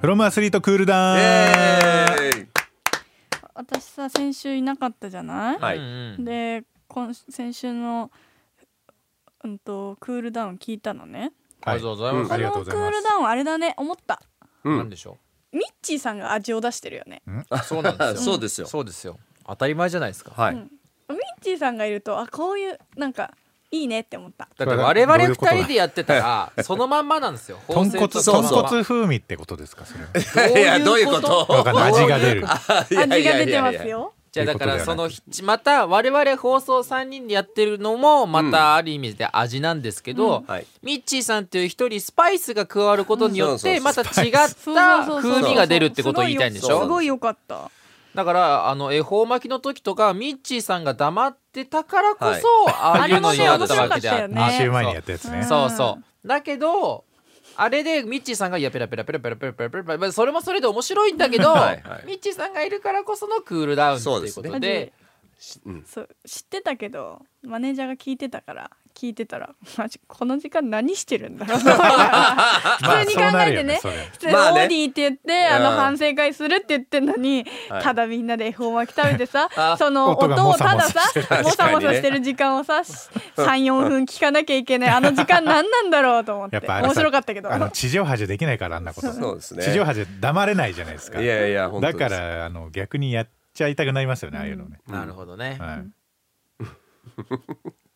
フロムアスリートクールダウン、エーイ私さ先週いなかったじゃない、はいうんで今先週のうんとクールダウン聞いたのねあはりがいとうございまんあこす。りがのとうごクざいますールダウンあれだね思ったうなんんでしょミッチーさんが味を出してるよねう。そうなんです よ。そうですよそうですよ。当たり前じゃないですか。はい、うんミッチーさんがいるとあこういうなんかいいねって思っただっそてれは我々どうい二うことだ人でやってたら そのまんまなんで すよ。豚骨とそう豚そう骨風味ってことですかそれはいやどういうことわかんない味が出るいやいや味いやがいや出てますよじゃあだかというらことそではのないひまた我々放送三人でやってるのもまたある意味で味なんですけど、んはいミッチーさんっていう一人スパイスが加わることによっそうそうてそうまた違っそうたそうそうそう風味が出るってことを言いたいんでしそうすょごいよかっただからあの恵方巻きの時とかミッチーさんが黙ってたからこそ、はいああいうのになったわけでああれっもねて面白かったよね週前にやったやつねそうそうだけどあれでミッチーさんが「いやペラペラペラペラペラペラペラペラ」それもそれで面白いんだけどはいはいミッチーさんがいるからこそのクールダウンっていうこそとうでうんそう知ってたけどマネージャーが聞いてたから聞いてたらマジこの時間何してるんだろうと思いながまらあ普通にそう考なえるてよねねそれ普通にオまあねーディーって言ってあのうん反省会するって言ってんのにはいただみんなで恵方巻き食べ てさあその音が音をたもださもささもさしてるもさしてる時間をさ34分聞かなきゃいけないあの時間何なんだろうと思っやてっぱあれ面さ白かったけどあの地上波じゃできないからあんなことそうですね地上波じゃ黙れないじゃないですかいやいや本当だですからあの逆にやっちゃいたくなりますよねああいうのね、なるほどねはい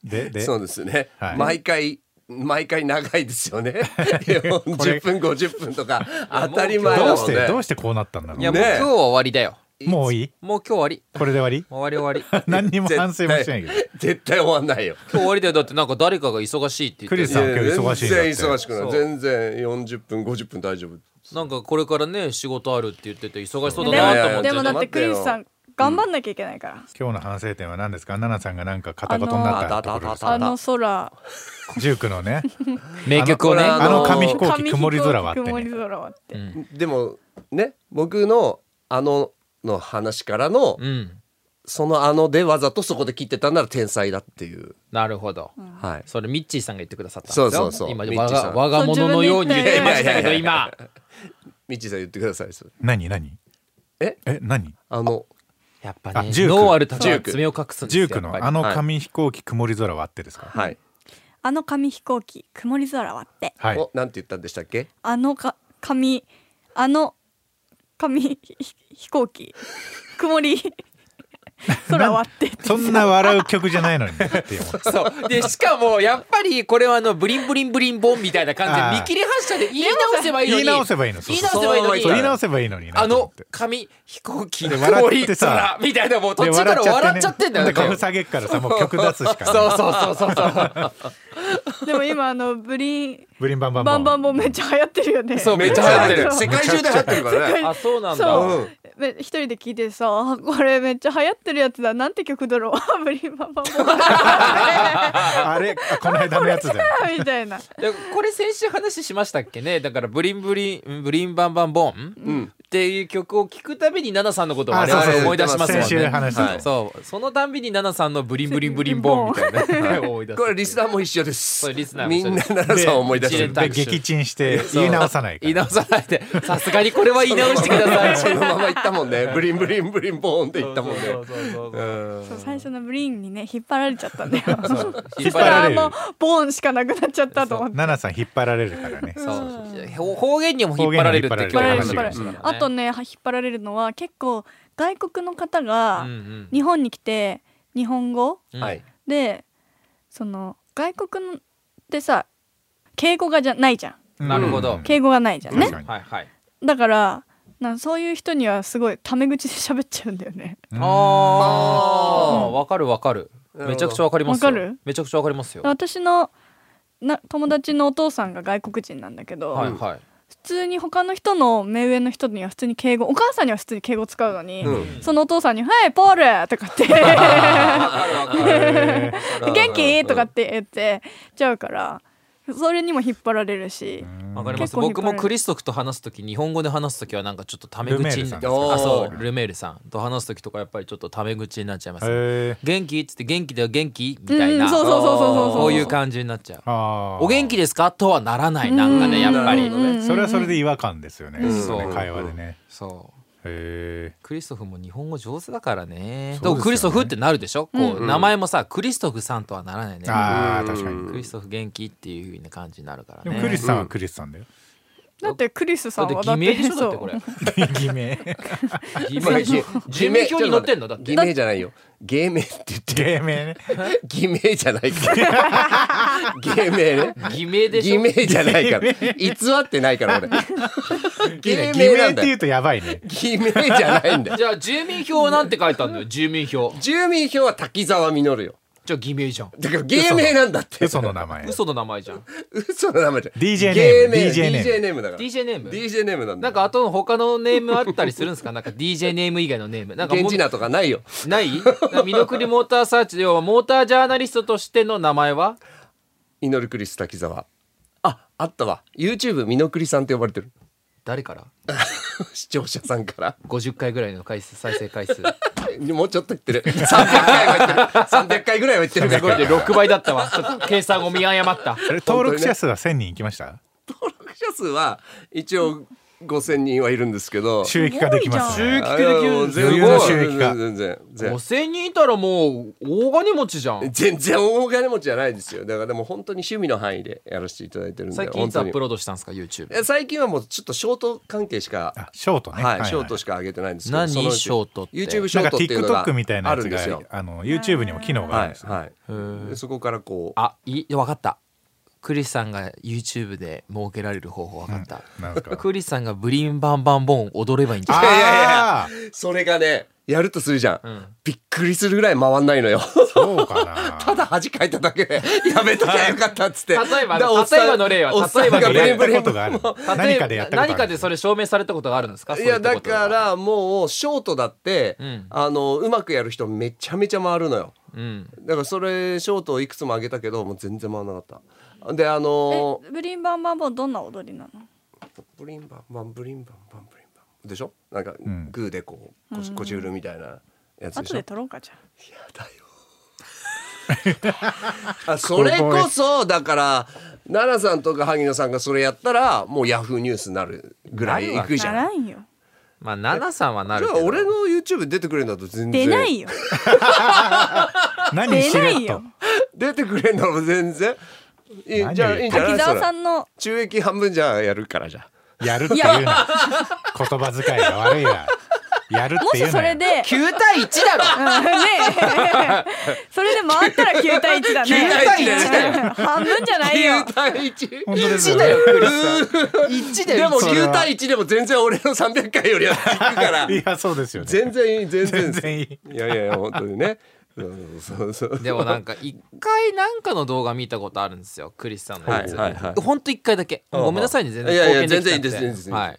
ででそうですね、はい毎回毎回長いですよね 40分50分とか当たり前だどうもしんねてどうしてこうなったんだろういやもうね今日は終わりだよもういいもう今日終わりこれで終わりもう終わり終わり何にも反省もしないけど絶対終わんないよ今日終わりだよだってなんか誰かが忙しいって言クっリてスるさん今日忙しいんだって全然忙しくないそう全然40分50分大丈夫なんかこれからね仕事あるって言ってて忙しそうでだいなやといや思もってでもだってクリスさん頑張んなきゃいけないから今日の反省点は何ですか奈々さんがなんか片言になったところですあかあの空ジュークのね名曲をねああのの紙飛行機紙曇り空はあって曇りね空はあってうんでもね僕のあのの話からの、うんそのあのでわざとそこで切ってたんなら天才だっていう、なるほどはいそれミッチーさんが言ってくださったんですよそうそうそう今ミッ我チーさがん我が物のように言ってましたけそう自分でど言今みちさん言ってくださいそれ何何ええ何あのやっぱあねジュークノーアルタジューはク爪を隠すんですジュよークのやっぱりあの紙飛行機曇り空はあってですかはい、あの紙飛行機曇り空はあってはいおなんて言ったんでしたっけあのか紙あの紙ひ飛行機曇り空はあってそんな笑う曲じゃないのにねっていうそうでしかもやっぱりこれはあのブリンブリンブリンボンみたいなあ感ーじで見切り発車で言い直せばいいの言にい直せばいいのそう言いそう直せばいいのにそう言い直せばいいのになあと思のって紙飛行機の笑氷ってさ空みたいなもう途で中から笑っちゃってんだよねねで株下げっからさもう曲出すしかそなういそうそうそうそうでも今あのブリンブリンバンバンバンバンボンボンめっちゃ流行ってるよねそうめっちゃ流行ってる世界中で流行ってるからねあそうなんだそうう、んめ一人で聞いてさあこれめっちゃ流行ってるやつだなんて曲だろうあブリンバンバンボンあれあこの間のやつだよだみたいなでこれ先週話しましたっけねだからブリンブリンんブリンバンバンボン、っていう曲を聞くたびにナナさんのことを我あそうそう々思い出しますもんね先週話したはいそうそのたんびにナナさんのブリンブリンブリンボンみたいなね思い出すこれリスナーも一緒ですそうリスナーもみん一緒なで奈良さん思い出して一連るで単位撃沈して 言い直さないから言い直さないでさすがにこれは言い直してくだ さそいのまま行ったもんねブリンブリンブリンボーンって言ったもんねそうそうそうそうそう最初のブリンにね引っ張られちゃったんだよ引そっし張たらられるもうボーンしかなくなっちゃったと思って奈々さん引っ張られるからねそう方方言にも引っ張られるって今日方言にも話引っし張らまれしるたからねあとねは引っ張られるのは結構外国の方うがんうん日本に来て日本語うんはいでその外国のってさ敬語がじゃないじゃんなるほどうん敬語がないじゃんね確かにはいはいだからなんそういう人にはすごいタメ口で喋っちゃうんだよねああわかるわかるうんめちゃくちゃわかりますよわかるめちゃくちゃわかりますよ私のな友達のお父さんが外国人なんだけど、はいはい普通に他の人の目上の人には普通に敬語お母さんには普通に敬語使うのに、うんそのお父さんに「はいポール!」とかって わかるわかる元気とかって言ってちゃうからそれにも引っ張られるしわかりま結す構引っ張僕られもるクリストフと話す時日本語で話す時はなんかちょっとタメ口ルメールにさあんですかそうルメールさんと話す時とかやっぱりちょっとタメ口になっちゃいます、え元気っつって元気だよ元気みたいなうんそうそうそうそうそうこういう感じになっちゃうー、あーお元気ですかとはならないなんかねやっぱりなるほどねそれはそれで違和感ですよね,、んそううんね会話でねそうへクリストフも日本語上手だからねそうですでよねもクリストフってなるでしょこううん名前もさクリストフさんとはならなえいねあーうん確かにクリストフ元気っていう風な感じになるからでねもクリスさんはクリスさんだよ、だってクリスさんはだだってっ偽名でてしょだそってこれう偽 名偽今名偽偽名表に載ってんのだって偽名じゃないよ芸名って言って芸名ね偽名じゃないから芸名ね偽名でし偽ょ名じゃないから偽ってないから俺偽名芸名なんってだ言ようとやばいね偽名じゃないんだよじゃあ住民票なんて書いてあるんだよ住民票住民票は滝沢実よじゃあ偽名じゃんだから芸名なんだって嘘の名前嘘の名前じゃん嘘の名前じゃん DJ 芸名ネーム DJ ネーム DJ ネームだから DJ ネーム DJ ネームなんだなんよかあとの他のネームあったりするんですかなんか DJ ネーム以外のネームなんかも源氏名とかないよないミノクリモーターサーチ要はモータージャーナリストとしての名前は祈るクリス滝沢ああったわ YouTube ミノクリさんって呼ばれてる 誰から視聴者さんから50回ぐらいの回数再生回 数もうちょっと言ってる300回は言ってる300回ぐらいは言ってるすごいで6倍だったわちょっと計算を見誤ったあれ登録者数は1000人いきました登録者数は一応5000人はいるんですけど収益化できます収ね益化できるんですよ余裕余裕のの収収益益化全然全然5000人いたらもう大金持ちじゃん全然大金持ちじゃないですよだからでも本当に趣味の範囲でやらせていただいてるんで最近いつア本ップ当にロードしたんですか YouTube え最近はもうちょっとショート関係しあかショートね、はいショートしか上げてないんですけど何そのうちショートって YouTube シなョんかートっていうのが TikTok みたいなあやるつんですよがあの YouTube にも機能があるんではすいよ、はいでそこからこうあいわかったクリスさんが YouTube で儲けられる方法わかった、なんですかクリスさんがブリンバンバンボーン踊ればいいんじゃないいやいやいやああそれがねやるとするじゃん、んびっくりするぐらい回んないのよ そうかなただ恥かいただけでやめときゃよかったっつって例えばだからおっさん例えばの例はおっさんが例えばのブ例レやンっブたレこンとがある例え何かでやったことある何かでそれ証明されたことがあるんですかいやそうっだてことはからもうショートだって、うんあのうまくやる人めちゃめちゃ回るのようんだからそれショートをいくつも上げたけどもう全然回んなかったであのえブリンバンバンバンどんな踊りなのブリンバンバンブリンバンバンブリンバンでしょなんか、んグーでこうこじこじるみたいなやつでし後ょで撮ろうかじゃあやだよあそれこそだから奈々さんとか萩野さんがそれやったらもうヤフーニュースになるぐらいいくじなゃん。らんよまあ奈々さんはなじるゃけあど俺の YouTube 出てくれんだと全出然ないよ何出しなれいっよと出てくれんだろ全然いい何じゃあいいんじゃない滝それ沢さんの中益半分じゃあやるからじゃやるっていうな言葉遣いが悪いなやるっもていうしなそれ で9対1だろ うんねえそれで回ったら9対1だね9対1だようん 半分じゃないよ9対1本当です1よだねよクリスさん1だでよもそれは9対1でも全然俺の300回よりは低いからいやそうですよね全然いい全全然然いいいやいやいや本当にねそうそうそうでもなんか一回なんかの動画見たことあるんですよクリスさんのやつ、はいはいはいほんと一回だけうんごめんなさいね全然いやいや貢献きなくて全然いいです全然いいですはい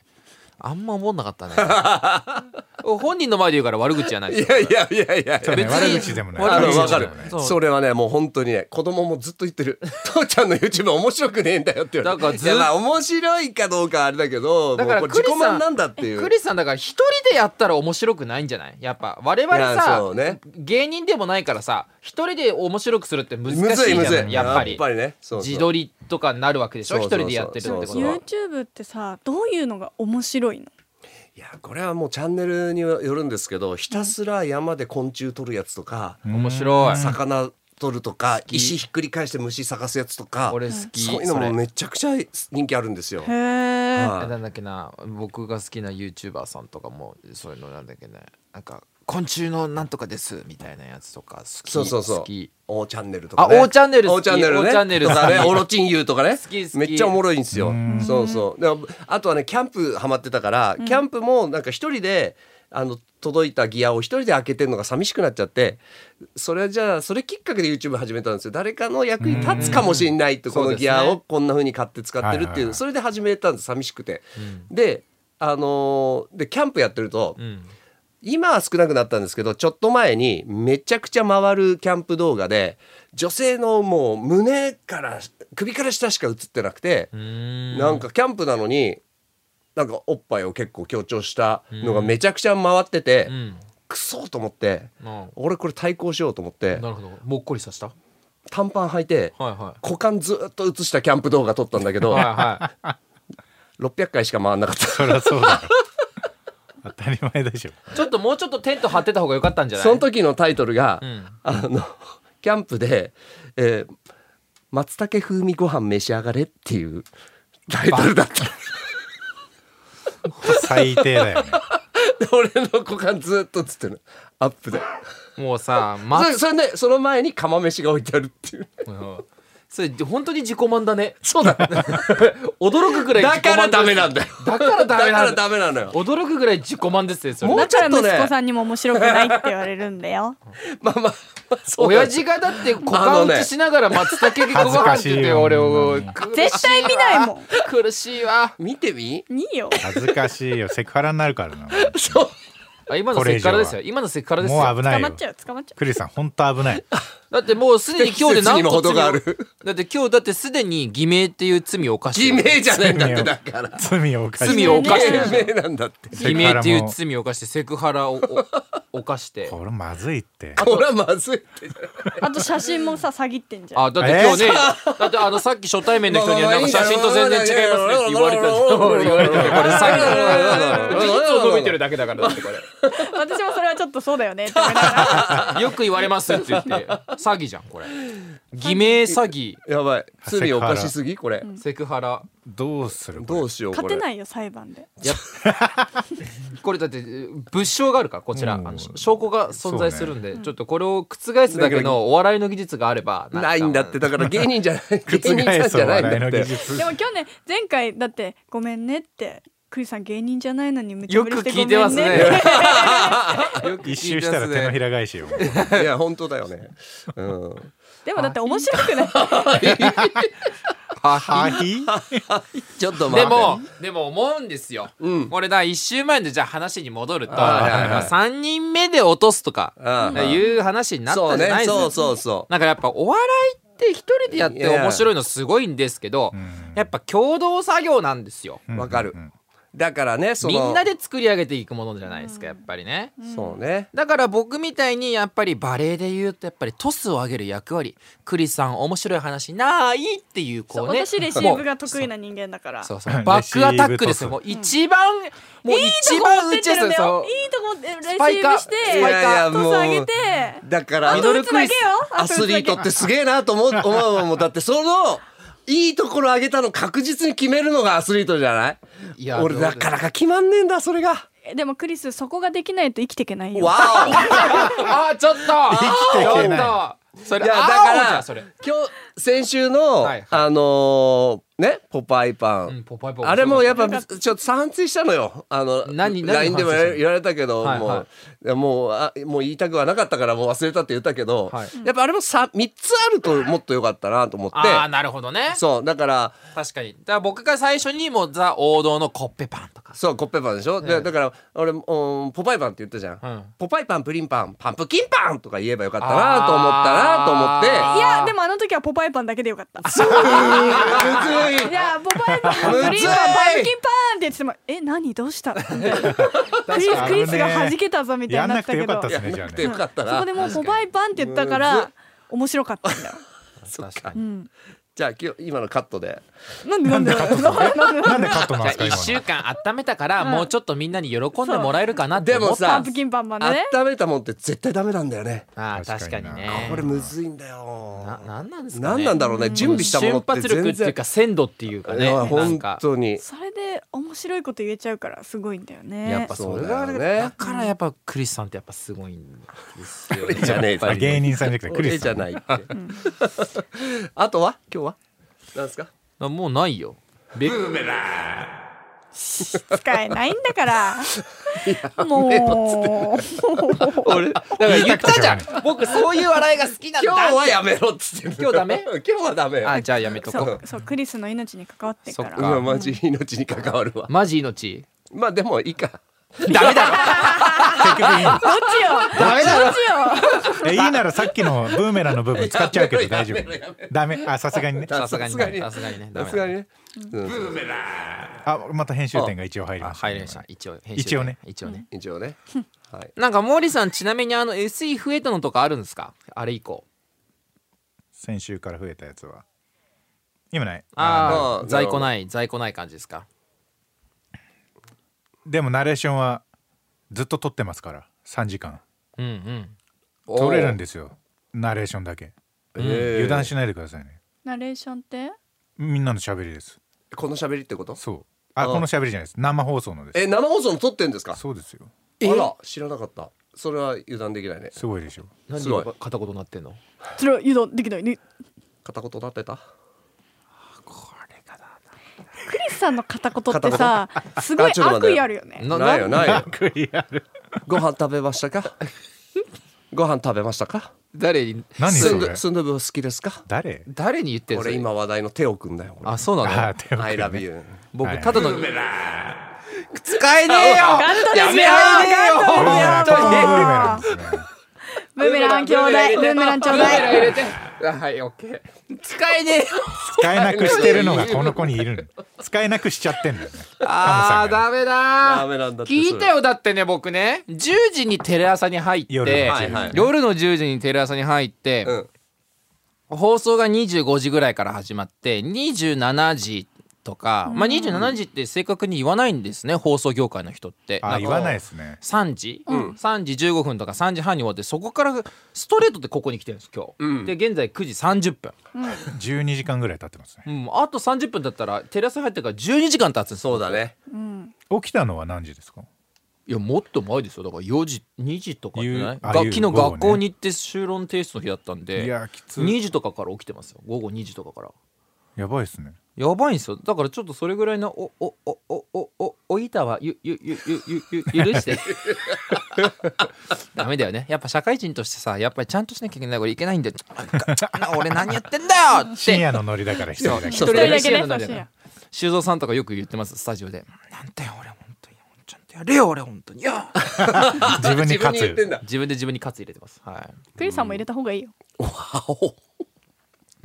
あんま思んなかったね 本人の前で言うから悪口じゃないでいすよやいやいやいやいやそうね別に悪口でもないあ悪の口わじかゃるないそそうれはねもう本当にね子供もずっと言ってる「父ちゃんの YouTube 面白くねえんだよ」って言われてだからずいっやまあ面白いかどうかはあれだけどだからもうこクれリ自さ己満んなんだっていうクリスさんだから一人でやったら面白くないんじゃないやっぱ我々いやさそう、ね芸人でもないからさ一人で面白くするって難しいむずいむじずゃんいやっぱりねそうそう自撮りとかになるわけでしょそう一そうそう人でやってるってことそうそうは YouTube ってさどういうのが面白いのいやこれはもうチャンネルによるんですけどひたすら山で昆虫取るやつとか、面白い魚取るとか石ひっくり返して虫探すやつとか俺好きそういうのそもれめちゃくちゃ人気あるんですよ。へえはいなんだっけな僕が好きな YouTuber さんとかもそういうのなんだっけななんか昆虫のなんとかですみたいなやつとか好きそうそうそう好き。 O チャンネルとか、ね。あ O チャンネル好き O チャンネルね。 O チャンネルと好きかね、オロチンユーとかね。好き好きめっちゃおもろいんですよ。そうそう。であとはね、キャンプハマってたから、キャンプもなんか一人で、あの、届いたギアを一人で開けてるのが寂しくなっちゃって、それじゃあ、それきっかけで YouTube 始めたんですよ。誰かの役に立つかもしれないと、んこそうのですギねアをこんな風に買って使ってるっはいて、はいいうはいそれで始めたんです、寂しくて。で、あのーで、キャンプやってると、うん今は少なくなったんですけどちょっと前にめちゃくちゃ回るキャンプ動画で女性のもう胸から首から下しか映ってなくてなんかキャンプなのになんかおっぱいを結構強調したのがめちゃくちゃ回っててうんクソと思ってうん俺これ対抗しようと思ってなるほどもっこりさせたは短パン履いていは股間ずっと映したキャンプ動画撮ったんだけいどはいは600回しか回んなかった。そりゃそうだろ当たり前でしょいちょっともうちょっとテント張ってた方が良かったんじゃないその時のタイトルが、んあのキャンプで、えー松茸風味ご飯召し上がれっていうタイトルだった。最低だよねで俺の股間ずっとつってるアップで。もうさそまれそれでその前に釜飯が置いてあるっていう。うんそれ本当に自己満だねそうだ。 驚くぐらいだ自己から満ダメなんだよ。だからダだかメならんだダメなのよ。驚くぐらい自己満ですよそれもうだちょかっとらね息子さんにも面白くないって言われるんだよまあまあ、まあ、そうだ親父がだって股間打ちしながら松茸にご飯って言って俺を絶対見 ないもん苦しいわ見てみいいよ恥ずかしいよセクハラになるからなそう。あ今のセクハラですこよれ以上は今のセクハラですもうよ危な捕いまっよちゃう捕まっちゃうクリスさん本当危ないだってもうすでに 今日で不適切に何も個程罪をがあるだって今日だってすでに偽名っていう罪を犯して偽る名じゃないんだって、だから。罪を犯して罪を犯してる偽名なんだって。偽名っていセクハラもう罪を犯してセクハラをお犯してこれまずいってこれはまずいって。あと写真もさ詐欺ってんじゃんあだって今日ね、だってあのさっき初対面の人にはなんか写真と全然違いますねって言われた言われたこれ詐欺だ事実を述べてるだけだからだってこれ私もそれはちょっとそうだよねって言いながら よく言われますって言って詐欺じゃんこれ偽名詐欺やばい罪おかしすぎこれ、セクハラどうするこれどうしようこ勝れてないよ裁判でこれだって物証があるからこちら、うんあの証拠が存在するんで、ちょっとこれを覆すだけのお笑いの技術があればないんだってだから芸人じゃない芸人さん覆じすゃな笑いいんだの技って術でも去年前回だってごめんねってクリスさん芸人じゃないのに無茶よぶりくして聞ごいてめますんねね ってよく聞いてますね一周したら手のひら返しよいや本当だよねうんでもだって面白くないははは ひちょっと待っでてもでも思うんですよ、うんこれだ1週前でじゃあ話に戻ると、はいはいはいまあ3人目で落とすとかああいう話になっそたうじゃねないですか、そうそうそうなんかやっぱお笑いって一人でやって面白いのすごいんですけど、やっぱ共同作業なんですよ、わかるだからねそみのんなで作り上げていくものじゃないですかやっぱりね、そうねだから僕みたいにやっぱりバレエで言うとやっぱりトスを上げる役割クリスさん面白い話ないっていうこそううね私レシーブが得意な人間だからそううそんうバックアタックですよもレう一番、もういい一とこ番持っ打てっちやてするんいだよそいいとこレスパイシカーーブしてスパイカートス上げてだかあらミとドル打つだけよアスリートってすげえなと思う思うもんだってそのいいところ上げたの確実に決めるのがアスリートじゃないいや俺どうだなかなか決まんねえんだそれがえでもクリスそこができないと生きていけな いよわおうあーちょっと生きていけないちょっとそれいやだ青じゃかんそられ、今日先週の、はいはいあのーねポパイパン、うん、ポパイポあれもやっぱ面白ちょっと賛成したのよあの何何 LINE でも反省したの言われたけど、はいもはういやもうあもう言いたくはなかったからもう忘れたって言ったけど、はいやっぱあれも 3, 三つあるともっと良かったなと思ってああなるほどねそうだから確かにだから僕が最初にもうザ王道のコッペパンとかそうコッペパンでしょ、でだから俺、うん、ポパイパンって言ったじゃん、うんポパイパンプリンパンパンプキンパンとか言えばよかったなと思ったなと思ってあーいやでもあの時はポパイパンだけでよかったむずいいやポパイパンむずいグリーンパンパンキンパーンって言っててもえ何どうしたみたいなクリスクリスが弾けたぞみたいやにんななっくたてけよかっどたですねじゃあそねでよかったなこでもうポパイパンって言ったかむずら面白かったんだよ確かうにんじゃあ今日今のカットでなんでなんでなんでなんでカットなんじでゃすか今のあ1週間温めたからもうちょっとみんなに喜んでもらえるかなってで思もったさパンプキンパンマンでね温めたもんって絶対ダメなんだよねあー確確かかにになねこれむずいんだよななんなんですかね何なんだろうね準備したものっ瞬て発力全っていう然か鮮度っていうかねいなやん本か当にそれで面白いこと言えちゃうからすごいんだよねやっぱそれがあそれうだよねだからやっぱクリスさんってやっぱすごいんですよ、ね、じゃねえやっぱり芸人さんじゃなくてクリ俺スじさゃんないってあとは今日はなんですかあもうないよべ使えないんだからもう俺だから言ったじゃん言い僕そういう笑いが好きなんだ今日はやめろっつって今日ダメ 今日はダメよあじゃあやめとそこううそうクリスの命に関わってるかそらっか今マジ命に関わるわマジ命まあでもいいかダメだろ結局いいのどっちよダメだどっちよえいいならさっきのブーメランの部分使っちゃうけど大丈 やめろや夫ダメあさすが にねさすがにさすがにねさすがにねダさメだすがにね、うんあまた編集点が一応入りあました入りました一応編集一応ね一応ね一応ね、はい、なんか毛利さんちなみにあの SE 増えたのとかあるんですかあれ以降先週から増えたやつは今ないあああー在庫ない在庫ない感じですかでもナレーションはずっと撮ってますから3時間うんうん撮れるんで、ですよナレーションだけえ油断しないでくださいねナレーションってみんなの喋りですこの喋りってことそうああこの喋りじゃないです生放送のですえ生放送の撮ってんですかそうですよあら知らなかったそれは油断できないねすごいでしょ何すごいが片言になってんのそれは誘導できないね片言だってたこれがだクリスさんの片言ってさすごあいちょっと待って悪意あるよねなないよな いよクリアルご飯食べましたかご飯食べましたか誰に何スそンドれスンドゥブ好きですか誰誰に言ってんの俺今話題のテオくんだよあそうなんだあ手を I 組む love ね you 僕はいただの使えねえよガントですやよめられねえよブーメランここもブーメランガンですねトブーメラン兄弟ブーメランちょうブーメラン入だいれてあはいオッケー使えねえよ使えなくしてるのがこの子にいるの使えなくしちゃってんだよねあカームさんがダメだーダメなんだって聞いたよだってね僕ね10時にテレ朝に入って夜の夜,、 8時はいはいの10時にテレ朝に入って、うん放送が25時ぐらいから始まって27時とか、まあ27時って正確に言わないんですね放送業界の人ってあなーん言かわないですね3時、3時15分とか3時半に終わってそこからストレートでここに来てるんです今日、うんで現在9時30分、 12時間ぐらい経ってますねうん、あと30分だったらテレ朝入ってから12時間経つんですそうだね起きたのは何時ですかいやもっと前ですよだから4時2時とかじゃない夕あが昨夕日午後ね学校に行って就論提出の日だったんでいやーきつ2時とかから起きてますよ午後2時とかからやばいですねやばいんですよだからちょっとそれぐらいのおおおおおおお板はゆゆゆゆゆゆ 許してダメだよねやっぱ社会人としてさやっぱりちゃんとしなきゃいけないこれいけないんで な俺何やってんだよって深夜のノリだから一人だ一け人だけ一人だけねそう深夜の中で深夜修造さんとかよく言ってますスタジオで「なんだよ俺本当にちゃんとやれよ俺本当にいや」自分に 自勝分に言ってんつだ自分で自分に喝入れてます。はクリスさんも入れた方がいいよい。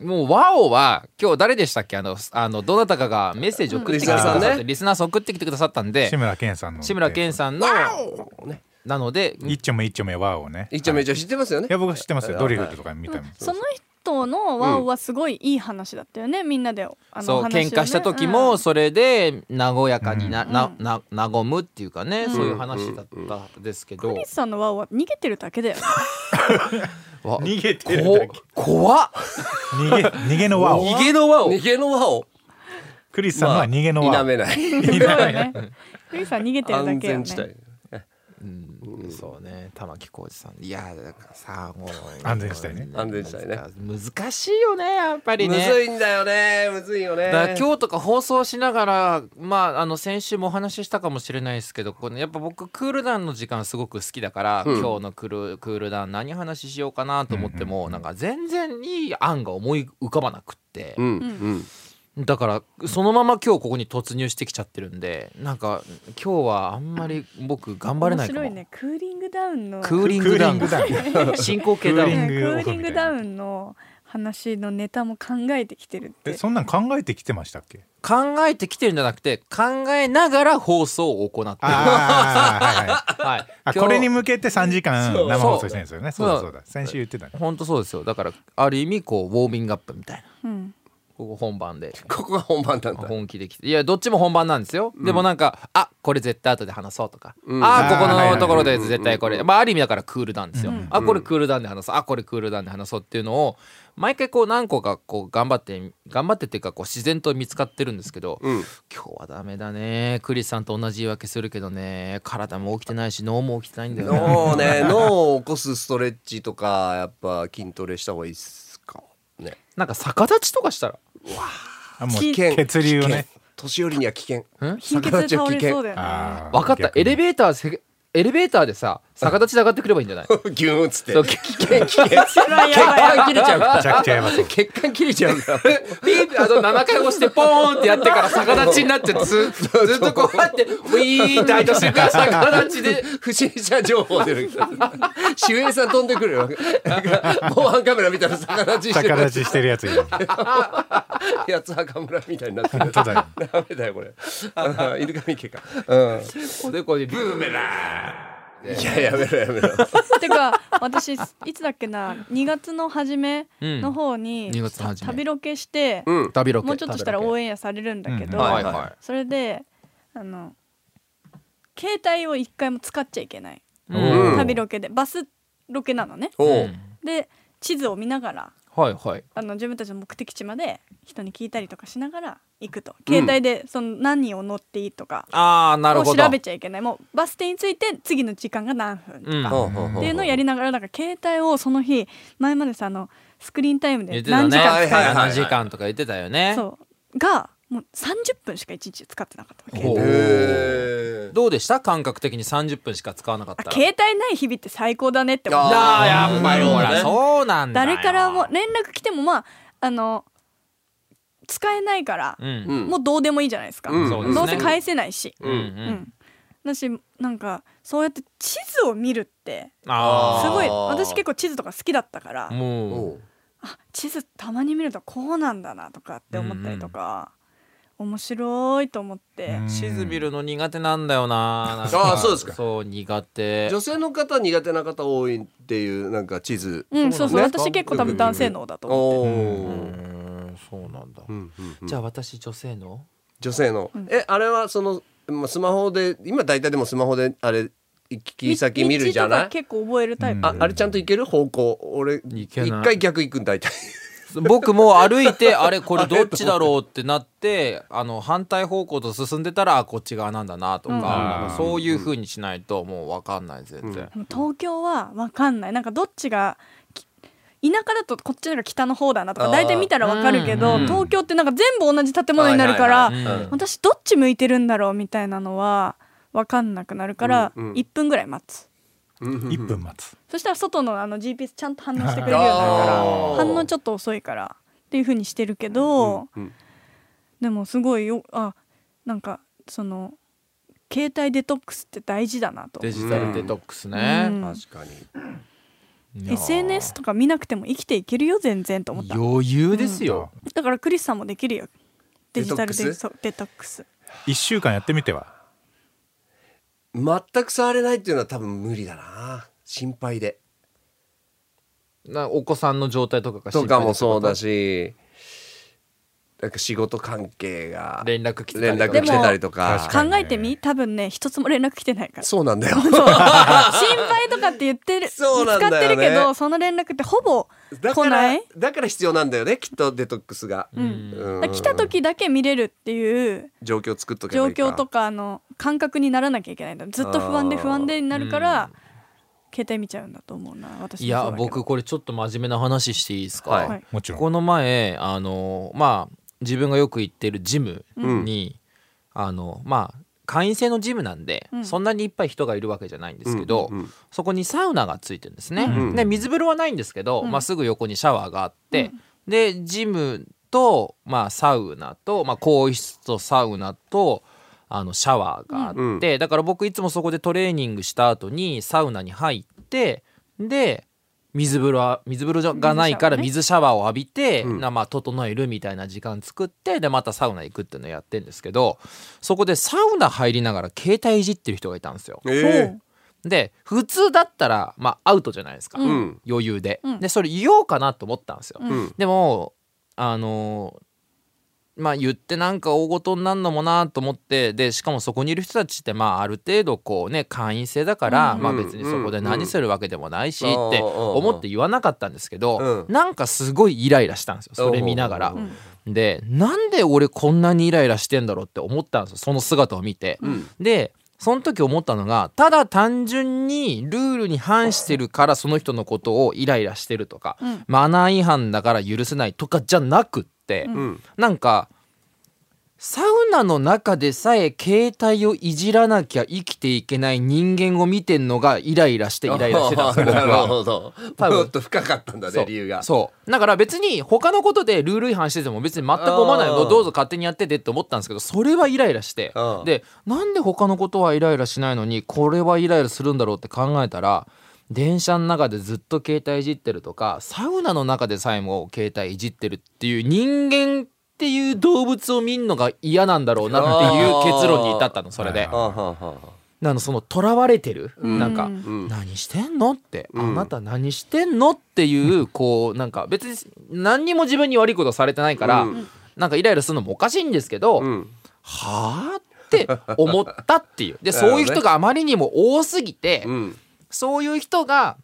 もうワオは今日誰でしたっけあのあのどなたかがメッセージ送ってきてくださっリスナーさんてねリスナーさん送ってきてくださったんで志村けんさんの志村けんさんのねなので一丁目一丁目ワーをね一応めちゃ知ってますよねいや僕は知ってますよはいドリフとか見たもんその人のワオはすごいいい話だったよねみんなであのそう話をね喧嘩した時もそれで和やかにな、なな和むっていうかね、そういう話だったんですけど、クリスさんのワオは逃げてるだけだよねわ逃げてるだけこ怖っ逃げ逃げのワオ逃げの和を逃げの輪をクリスさんのは逃げの否ワオめないすごいねクリスさん逃げてるだ安けよ全ね地帯うんそうね玉置浩二さんいやだからさもう安全地帯ね安全地帯ね難しいよねやっぱりむねずいんだよねむずいよねだから今日とか放送しながら、まあ、あの先週もお話ししたかもしれないですけどこのやっぱ僕クールダウンの時間すごく好きだから、今日のクールクールダウン何話しようかなと思っても、なんか全然いい案が思い浮かばなくってう、んうんだからそのまま今日ここに突入してきちゃってるんでなんか今日はあんまり僕頑張れな面いかも白いねクーリングダウンのクーリンクグーダウリンングダウン 進行形ダウクーリンンクグオフーリングダウンの話のネタも考えてきてるってえそんなん考えてきてましたっけ考えてきてるんじゃなくて考えながら放送を行ってる、ああはいはいはい、あ今日これに向けて3時間そう生放送してるんですよねそそううだそうだ先週言ってたね本当そうですよだからある意味こうウォーミングアップみたいなうんここ本番でここが本番なんだ本気できていやどっちも本番なんですよ、でもなんかあこれ絶対後で話そうとか、あここあーはいはいのところで絶対これ、まあある意味だからクールダウンですよ、あこれクールダウンで話そうあこれクールダウンで話そうっていうのを毎回こう何個かこう頑張って頑張ってっていうかこう自然と見つかってるんですけど、うん今日はダメだねクリスさんと同じ言い訳するけどね体も起きてないし脳も起きてないんだよね脳ね脳を起こすストレッチとかやっぱ筋トレした方がいいっすかねなんか逆立ちとかしたらあもう危険血流を危ね険年寄りには危険貧血で倒れそうだよねあー分かった逆にエレベーターせエレベーターでさ逆立ちで上がってくればいいんじゃないギューンっつって そう危険危険それはやばい血管切れちゃうめかちゃくちゃやばそら う血管切れちゃうからピーってあと7回押してポーンってやってから逆立ちになってずずっとこうやってウィーンって開いた瞬間逆立ちで不審者情報出る 守衛さん飛んでくる よなんか防犯カメラ見たら 逆立ちして逆る立ちしてるやついるやつ墓村みたいになってる本当だよダメだよこれあ 犬神家かうんおでこにブーメランいややめろやめろてか私いつだっけな2月の初めの方に、うん2月の初め旅ロケして、うん旅ロケもうちょっとしたらオ援ンエアされるんだけど、うんはいはそれであの携帯を一回も使っちゃいけない、いうん旅ロケでバスロケなのねおうで地図を見ながらはいはいあの自分たちの目的地まで人に聞いたりとかしながら行くと携帯でその何を乗っていいとかああなるをほ調どべちゃいけないもうバス停に着いて次の時間が何分とか、うんほうほうほっうていうのをやりながらなんか携帯をその日前までさあのスクリーンタイム言でってた何時ね間はいはいはい何時間とか言ってたよねそうがもう30分しか一日使ってなかったわけほうへーどうでした感覚的に30分しか使わなかっあたら携帯ない日々って最高だねって思っいやたあーやっぱりほらそうなんだよ誰からも連絡来てもまああの使えないからう、んうんもうどうでもいいじゃないですか、うんそうですねどうせ返せないし、うんううんんだしなんかそうやって地図を見るってあすごいあー私結構地図とか好きだったからあもうおうあ地図たまに見るとこうなんだなとかって思ったりとか、面白いと思って、地図見るの苦手なんだよななんあーそうですかそう苦手女性の方苦手な方多いっていうなんか地図うんそうそうね私結構多分男性能だと思おおうんそうなんだじじゃゃああ私女性の女性のんえあれはそのまあスマホで今大体でもスマホであれ行きう先見るじゃな道とかい結構覚えるタイプ、うんああれちゃんと行ける方向俺いけない一回逆行くん大体僕も歩いてあれこれどっちだろうってなってあの反対方向と進んでたらあこっち側なんだなとか,、うんなんかそういう風にしないともう分かんない全然、 でも東京は分かんないなんかどっちがき田舎だとこっちのが北の方だなとあかー大体見たら分かるけど、うん東京ってなんか全部同じ建物になるから、はいはいはいうん私どっち向いてるんだろうみたいなのは分かんなくなるからうんうん1分ぐらい待つ、一分待つそしたら外のあの GPS ちゃんと反応してくれるようになるか らあー反応ちょっと遅いからっていう風にしてるけど、うんでもすごいよあなんかその携帯デトックスって大事だなとデジタルデトックスね、うん確かにいやー SNS とか見なくても生きていけるよ全然と思った余裕ですよ、だからクリスさんもできるよデジタルデトッデクスそうデトックス一週間やってみては全く触れないっていうのは多分無理だな心配でなお子さんの状態とかが心とか配もそうだししなんか仕事関係が連絡来てた連りと絡か来てたりとか確か考にえてみ多分ね一つも連絡来てないからそうなんだ よ心配とかって言ってる、そうなんだ使よねってるけどその連絡ってほぼだ来かならいだから必要なんだよねきっとデトックスが、うんうだんから来た時だけ見れるっていう状況作っとけば状いいか況とかの感覚にならなきゃいけないんだずっと不安で不安でになるから携帯見ちゃうんだと思うな私もいやそうだけど僕これちょっと真面目な話していいですか、はいはいもちろんこの前あのまあ自分がよく行ってるジムに、あのまあ会員制のジムなんで、うんそんなにいっぱい人がいるわけじゃないんですけど、うんうんそこにサウナがついてるんですね、うんで水風呂はないんですけど、うんまあ、すぐ横にシャワーがあって、でジムと、まあ、サウナと、まあ、更衣室とサウナとあのシャワーがあって、だから僕いつもそこでトレーニングした後にサウナに入ってで水風呂は水風呂じゃがないから水シャワーを浴びて、うんなまあ整えるみたいな時間作ってでまたサウナ行くっていうのをやってんですけどそこでサウナ入りながら携帯いじってる人がいたんですよ。ええで普通だったら、まあ、アウトじゃないですか、うんうん余裕で、うんでそれ言おうかなと思ったんですよ、うんうんでもあのーまあ言ってなんか大事になるのもなと思ってでしかもそこにいる人たちってまあある程度こうね会員制だから、うんまあ別にそこで何するわけでもないし、うんって思って言わなかったんですけど、うんなんかすごいイライラしたんですよそれ見ながら、でなんで俺こんなにイライラしてんだろうって思ったんですよその姿を見て、んでその時思ったのがただ単純にルールに反してるからその人のことをイライラしてるとか、うんマナー違反だから許せないとかじゃなくって、うんなんかサウナの中でさえ携帯をいじらなきゃ生きていけない人間を見てんのがイライ ラしてイライラしてたんです僕なるはほど多分もっと深かったんだそねう理由がそうだから別に他のことでルール違反してても別に全く思わないあのーどうぞ勝手にやっててって思ったんですけどそれはイライラしてうんでなんで他のことはイライラしないのにこれはイライラするんだろうって考えたら電車の中でずっと携帯いじってるとかサウナの中でさえも携帯いじってるっていう人間っていう動物を見るのが嫌なんだろうなっていう結論に至ったのそれであーはあはあはあはああのそのとらわれてる、うんなんかうん何してんのって、うんあなた何してんのっていうこうなんか別に何にも自分に悪いことされてないから、うんなんかイライラするのもおかしいんですけど、うんはあって思ったっていう でなるほそどういねう人があまりにも多すぎて、うんそういう人が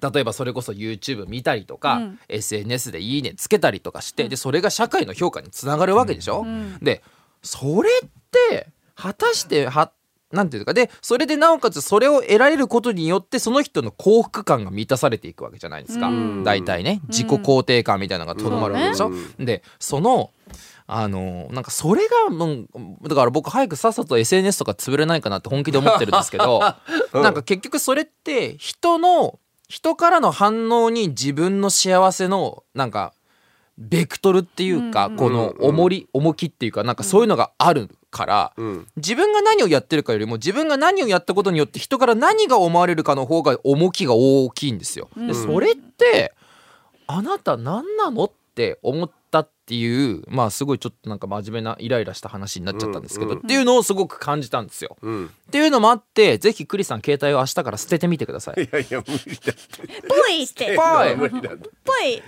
例えばそれこそ YouTube 見たりとか、うん SNS で「いいね」つけたりとかしてでそれが社会の評価につながるわけでしょ、んでそれって果たしてはなんていうかでそれでなおかつそれを得られることによってその人の幸福感が満たされていくわけじゃないですか、うん大体ね自己肯定感みたいなのがとどまるわけでしょ、うんでそのあのなんかそれがもうだから僕早くさっさと SNS とか潰れないかなって本気で思ってるんです けど、なんか結局それって人の人からの反応に自分の幸せのなんかベクトルっていうか、うんうんこの重り重きっていうかなんかそういうのがあるから、うん自分が何をやってるかよりも自分が何をやったことによって人から何が思われるかの方が重きが大きいんですよ。うでんそれってあなた何なのって思ったっていうまあすごいちょっとなんか真面目なイライラした話になっちゃったんですけど、うんうんっていうのをすごく感じたんですよ。うんっていうのもあってぜひクリさん携帯を明日から捨ててみてください。いやいや無理だぽいってぽい無理だってぽいい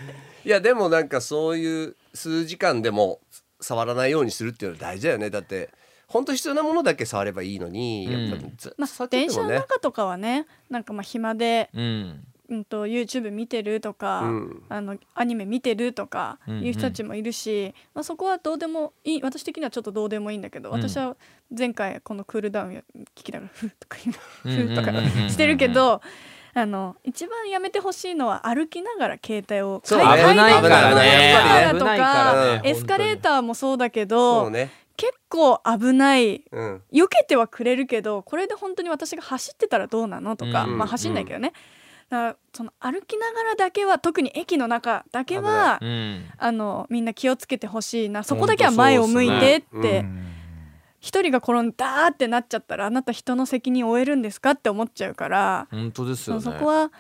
やでもなんかそういう数時間でも触らないようにするっていうのは大事だよねだって本当必要なものだけ触ればいいのに、うんやっぱずまあ電車の中とかはねなんかまあ暇でうん、うんと YouTube 見てるとか、うんあのアニメ見てるとかうんうんいう人たちもいるし、まあ、そこはどうでもいい私的にはちょっとどうでもいいんだけど、うん私は前回このクールダウン聞きながら「ふ」とか今「うんうんうんふ」とかしてるけど。あの一番やめてほしいのは歩きながら携帯をそう危ね買ない買か買らね買危ないかとらねかエスカレーターもそうだけそうど、ね結構危ないうん避けてはくれるけどこれで本当に私が走ってたらどうなのとか、うんまあ走んないけどね、だからその歩きながらだけは特に駅の中だけはう、んあのみんな気をつけてほしいなそこだけは前を向いてっ本当そうでうすねてん一、人が転んだーってなっちゃったらあなた人の責任を負えるんですかって思っちゃうから、本当ですそようねそこは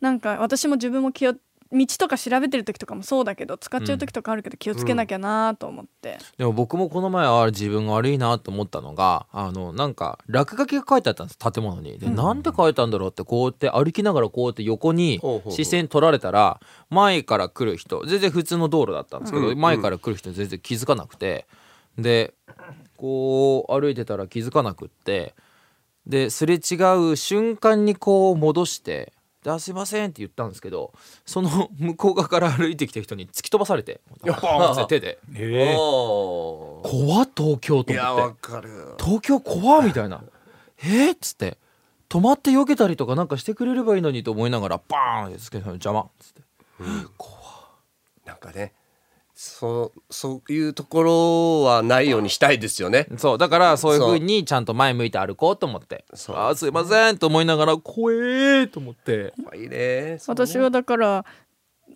なんか私も自分も気を道とか調べてる時とかもそうだけど使っちゃう時とかあるけど気をつけなきゃなーと思って、でも僕もこの前あれ自分が悪いなと思ったのがあのなんか落書きが書いてあったんです建物に。で、なんて書いたんだろうってこうやって歩きながらこうやって横にほうほうほう視線取られたら前から来る人全然普通の道路だったんですけど、うん前から来る人全然気づかなくてでこう歩いてたら気づかなくってですれ違う瞬間にこう戻して「であすいません」って言ったんですけどその向こう側から歩いてきた人に突き飛ばされてポンって 手で。えーおー怖っ東京といや思っわてかる東京怖っみたいなえっつって止まって避けたりとかなんかしてくれればいいのにと思いながらバーンってつけたの邪魔っつってなんかねそうそういうところはないようにしたいですよねそうだからそういう風にちゃんと前向いて歩こうと思ってそうあーすいませんと思いながら怖えーと思ってまあいいねそうね私はだから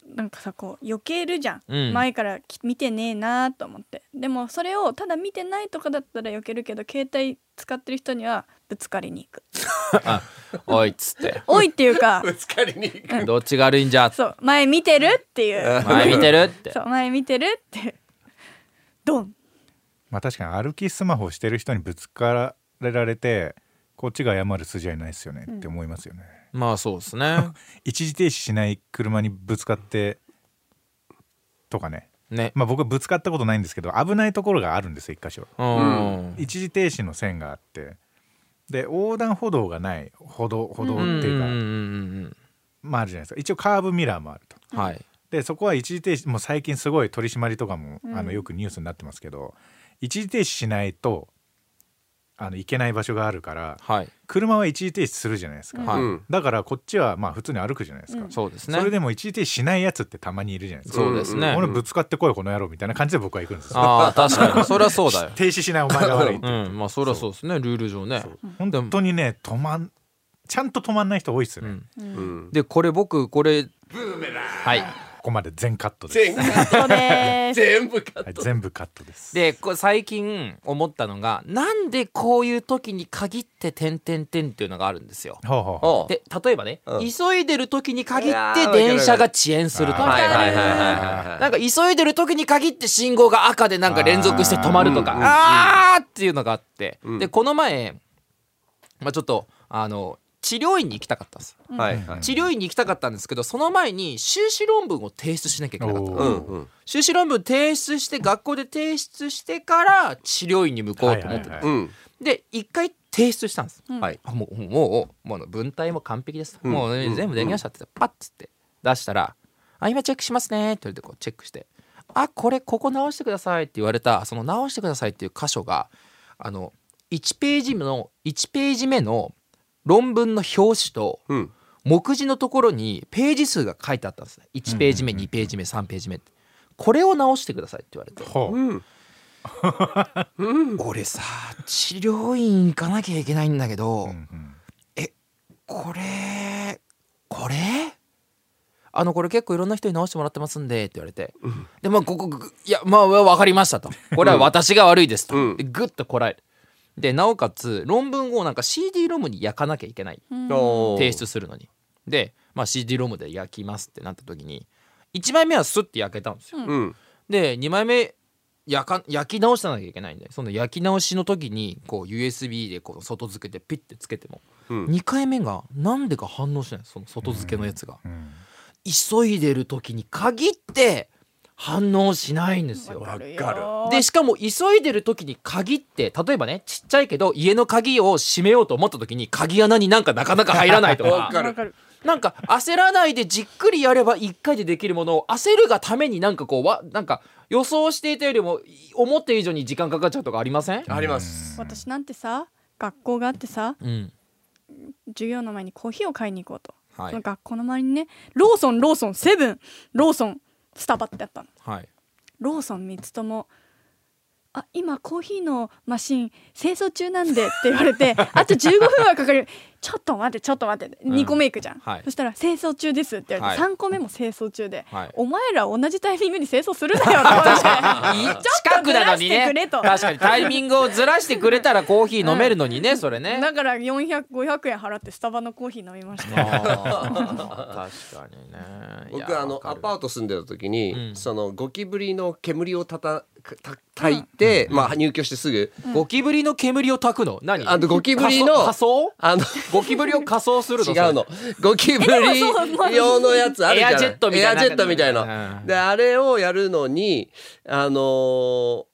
なんかさこう避けるじゃん、うん前からき見てねえなと思ってでもそれをただ見てないとかだったら避けるけど携帯使ってる人にはぶつかりに行くおいっつっておいっていう かぶつかりに行くどっちが悪いんじゃそう前見てるっていう前見てるってそう前見てるってドンまあ確かに歩きスマホしてる人にぶつかられてこっちが謝る筋合いないですよねって思いますよね、まあそうですね一時停止しない車にぶつかってとかねねまあ僕はぶつかったことないんですけど危ないところがあるんですよ一箇所うん一時停止の線があってで横断歩道がない歩道歩道っていうか、うんうんうんまああるじゃないですか一応カーブミラーもあるとうんはいでそこは一時停止もう最近すごい取り締まりとかも、うんあのよくニュースになってますけど一時停止しないとあの行けない場所があるからはい車は一時停止するじゃないですか、うんはいうんだからこっちはまあ普通に歩くじゃないですか、うんそうですねそれでも一時停止しないやつってたまにいるじゃないですか、そうですね俺ぶつかってこいこの野郎みたいな感じで僕は行くんですよああ確かにそりゃそうだよ停止しないお前が悪いって、うんまあそりゃそうですねルール上ねそううん本当にね止まんちゃんと止まんない人多いっすようね、んううんんでこれ僕これはいここまで全カットです、全部 そうです全部カはッいト全部カットですでこ最近思ったのがなんでこういう時に限って「点点点」っていうのがあるんですよ。ほうほうほおうで例えばね、うん急いでる時に限っいやてー電車が遅延するとわかかはいるはわいかはいるはいはいなんか急いでる時に限って信号が赤でなんか連続して止まるとかあーあーっていうのがあって、うんでこの前、まあ、ちょっとあの治療院に行きたかったんですはいはい治療院に行きたかったんですけどその前に修士論文を提出しなきゃいけなかったおーうんうん修士論文提出して学校で提出してから治療院に向こうと思ってた、はいはいはうんで一回提出したんです、うんはいあもうもうもうもうあの文体も完璧です、うんもうねうん全部できましたってパッつって出したら「あ今チェックしますね」って言われてこうチェックして「あこれここ直してください」って言われたその直してくださいっていう箇所があの1ページ目の1ページ目の論文の表紙とうん目次のところにページ数が書いてあったんですね1ページ目うんうんうん2ページ目3ページ目ってこれを直してくださいって言われてうほううんうん俺さ治療院行かなきゃいけないんだけど、うんうんこれこれあのこれ結構いろんな人に直してもらってますんでって言われて、うんでまあここぐいやまあ分かりまし たとこれは私が悪いですと、うんでグッとこらえるでなおかつ論文をなんか CD ロムに焼かなきゃいけないうんおー提出するのにで、まあ、CD ロムで焼きますってなった時に1枚目はスッて焼けたんですようんで2枚目焼か焼き直さなきゃいけないんでその焼き直しの時にこう USB でこう外付けてピッてつけてもうん2回目がなんでか反応しないんですその外付けのやつがうん急いでる時に限って反応しないんですよわかるわよでしかも急いでる時に限って例えばねちっちゃいけど家の鍵を閉めようと思った時に鍵穴になんかなかなか入らないとわ かかるわかるなんか焦らないでじっくりやれば1回でできるものを焦るがためになんかこうわなんか予想していたよりも思った以上に時間かかっちゃうとかありませんあります私なんてさ学校があってさうん授業の前にコーヒーを買いに行こうと、はそのい学校の周りにねローソンローソンセブンローソンスタバってあったの はいローソン3つとも「あ今コーヒーのマシン清掃中なんで」って言われ て「あと15分はかかるちょっと待ってちょっと待って」ん2個目いくじゃん、はいそしたら「清掃中です」って言われて、はい3個目も清掃中で、はいお前ら同じタイミングに清掃するなよ」って 私が 近くなのにねちょっとずらしてくれ と確かにタイミングをずらしてくれたらコーヒー飲めるのにねそれねだから400500円払ってスタバのコーヒー飲み ましたあー確かにねいや僕あのわかアるパート住んでた時に、うんそのゴキブリの煙をたたた炊いて、まあ入居してすぐ、ゴキブリの煙を炊くの何あのゴキブリの仮装あのゴキブリを仮装するの違うのゴキブリ用のやつあるじゃないエアジェットみたいなエアジェットみたいなうんであれをやるのにあのー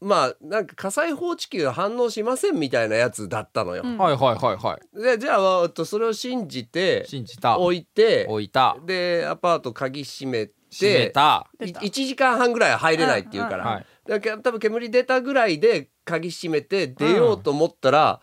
まあなんか火災報知器が反応しませんみたいなやつだったのよ、うんはいはいはいはでじゃあえっとそれを信じてい信じた置いて置いたでアパート鍵閉めて閉めた出た1時間半ぐらいは入れないっていうから、はいだから多分煙出たぐらいで鍵閉めて出ようと思ったら、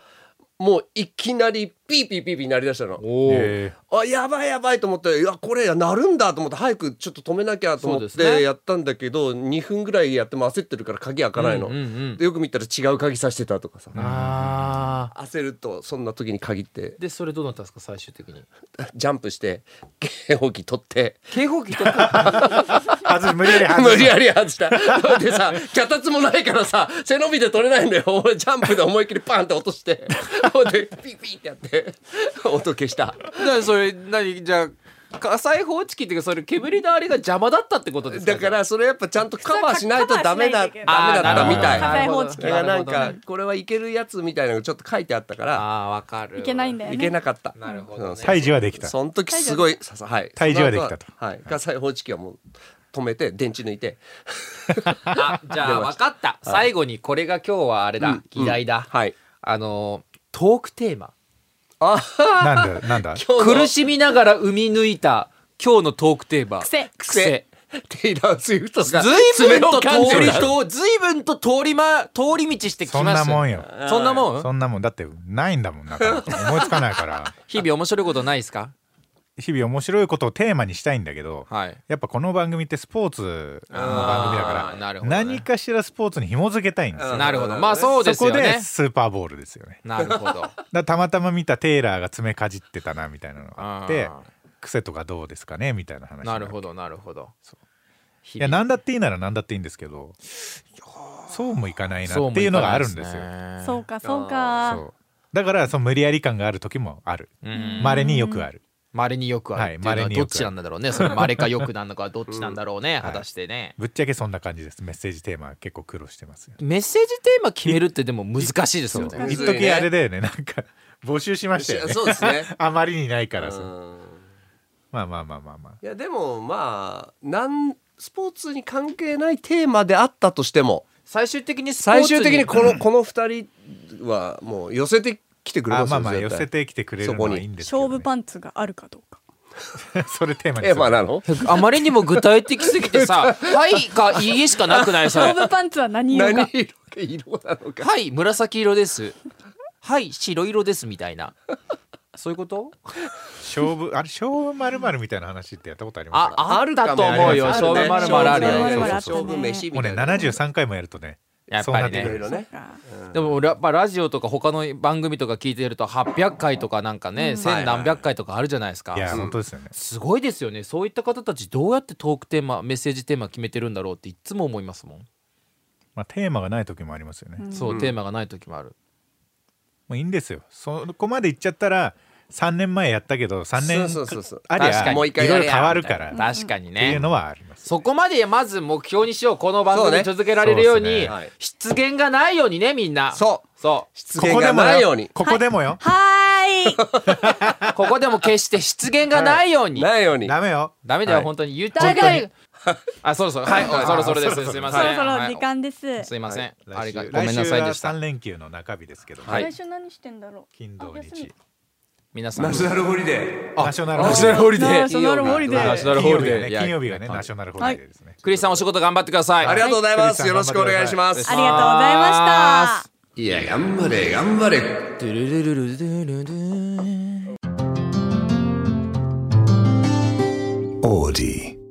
もういきなりピーピーピーピー鳴り出したのおーえあやばいやばいと思っていやこれ鳴るんだと思って早くちょっと止めなきゃと思っそうですねてやったんだけど、2分ぐらいやっても焦ってるから鍵開かないの、うんうんでよく見たら違う鍵さしてたとかさうんあー焦るとそんな時に限ってでそれどうなったんですか最終的にジャンプして 警報器取って警報器と かー外し無理やり外無し理やり外したそれでさ脚立もないからさ背伸びて取れないんだよ俺ジャンプで思いっきりパンって落としてほんでピッピッってやって音消したなそれ何じゃあ火災報知器っていうかそれ煙のあれが邪魔だったってことですかだからそれやっぱちゃんとカバーしないとダメだダメだったみたいあーなるほど火災報知器だからなんかこれはいけるやつみたいなのがちょっと書いてあったからああわかるいけないんだよねいけなかったなるほどねそう退治はできたその時すごいささはい退治はできたとその後ははい火災報知器はもう止めて電池抜いてあじゃあ分 かった最後にこれが今日はあれだ議題だはいあのートークテーマあなんだなんだ今日の苦しみながら生み抜いた今日のトークテーマ癖癖テイラー・スウィフトずがいぶんと通爪を噛んでりるとずいぶんと通りま通り道してきましたそんなもんよそんなもんそんなもんだってないんだもんなんか思いつかないから日々面白いことないですか日々面白いことをテーマにしたいんだけど、はいやっぱこの番組ってスポーツの番組だかあーなら、るほどね何かしらスポーツに紐付けたいんですよ、うんなるほどまあそうですそこよでねスーパーボールですよねなるほど だからたまたま見たテイラーが爪かじってたなみたいなのがあってあ癖とかどうですかねみたいな話なるどほどなるほどいや何だっていいなら何だっていいんですけどそうもいかないなっていうのがあるんですよそうかそうそかうだからその無理やり感がある時もあるまれによくあるまれによくあるっていうのはいは稀にどよっくあるちなんだろうねそのまれかよくなのかどっちなんだろうね果たして ねぶっちゃけそんな感じですメッセージテーマ結構苦労してますよメッセージテーマ決めるってでも難しいですよねむず一いね時あれだよねなんか募集しましたよねそうですね あまりにないからうさんまあまあまあまあまあいやでもまあなんスポーツに関係ないテーマであったとしても最終的にスポー最ツ終的にこのこの2人はもう寄せてきてくれあますまよあまあ絶寄対せてきてくれるのはいいんですけ勝ど、ね、負パンツがあるかどうか それテーマにテすーるマなの あまりにも具体的すぎ てさ「はい」か「いいえ」しかなくない勝さ負パンツは何色何か色色なのかはい紫色ですはい白色ですみたいなそういうこと勝負あれ勝負まるまるみたいな話ってやったことありますあかあったと思うよあるか勝も負ねまるまるあるよ勝負まるまるあったね勝負飯もみうたねいな73回もやるとねやっそうぱなりてくねるいろねそうかでも俺やっぱラジオとか他の番組とか聞いてると800回とかなんかね千何百回とかあるじゃないですかいや本当ですよねすごいですよねそういった方たちどうやってトークテーマメッセージテーマ決めてるんだろうっていつも思いますもん、まあテーマがない時もありますよねそうテーマがない時もあるもういいんですよそこまで行っちゃったら3年前やったけど3年そうそうそうそうあり確かゃにいろいろ変わるからっ確かてにいねうのはありますそこまでまず目標にしようこの番そう組ね続けられるようにそうですね失言がないようにねみんなそうそう失言がないようにここでもよはーいここでも決して失言がないように、ないようにダメよダメだよ、はい本当に言っちゃいけな本いあそろそろはいそろそろですすいませんそろそはろい時間です、すいません、来週ありがご来めん週なさいはでした3連休の中日ですけどもはい来週何してんだろう金土あ休み日皆さ んナシナルホリデナショナルョナルホリデナーショナルホリデーナショナルホリデー金曜日がねいやナショナルホリデーですねクリスさんお仕事頑張ってくださいーありがとうございますはいよろしくお願いしますありがとうございましたいや頑張れ頑張れドゥルルルルドゥルルドゥオーディ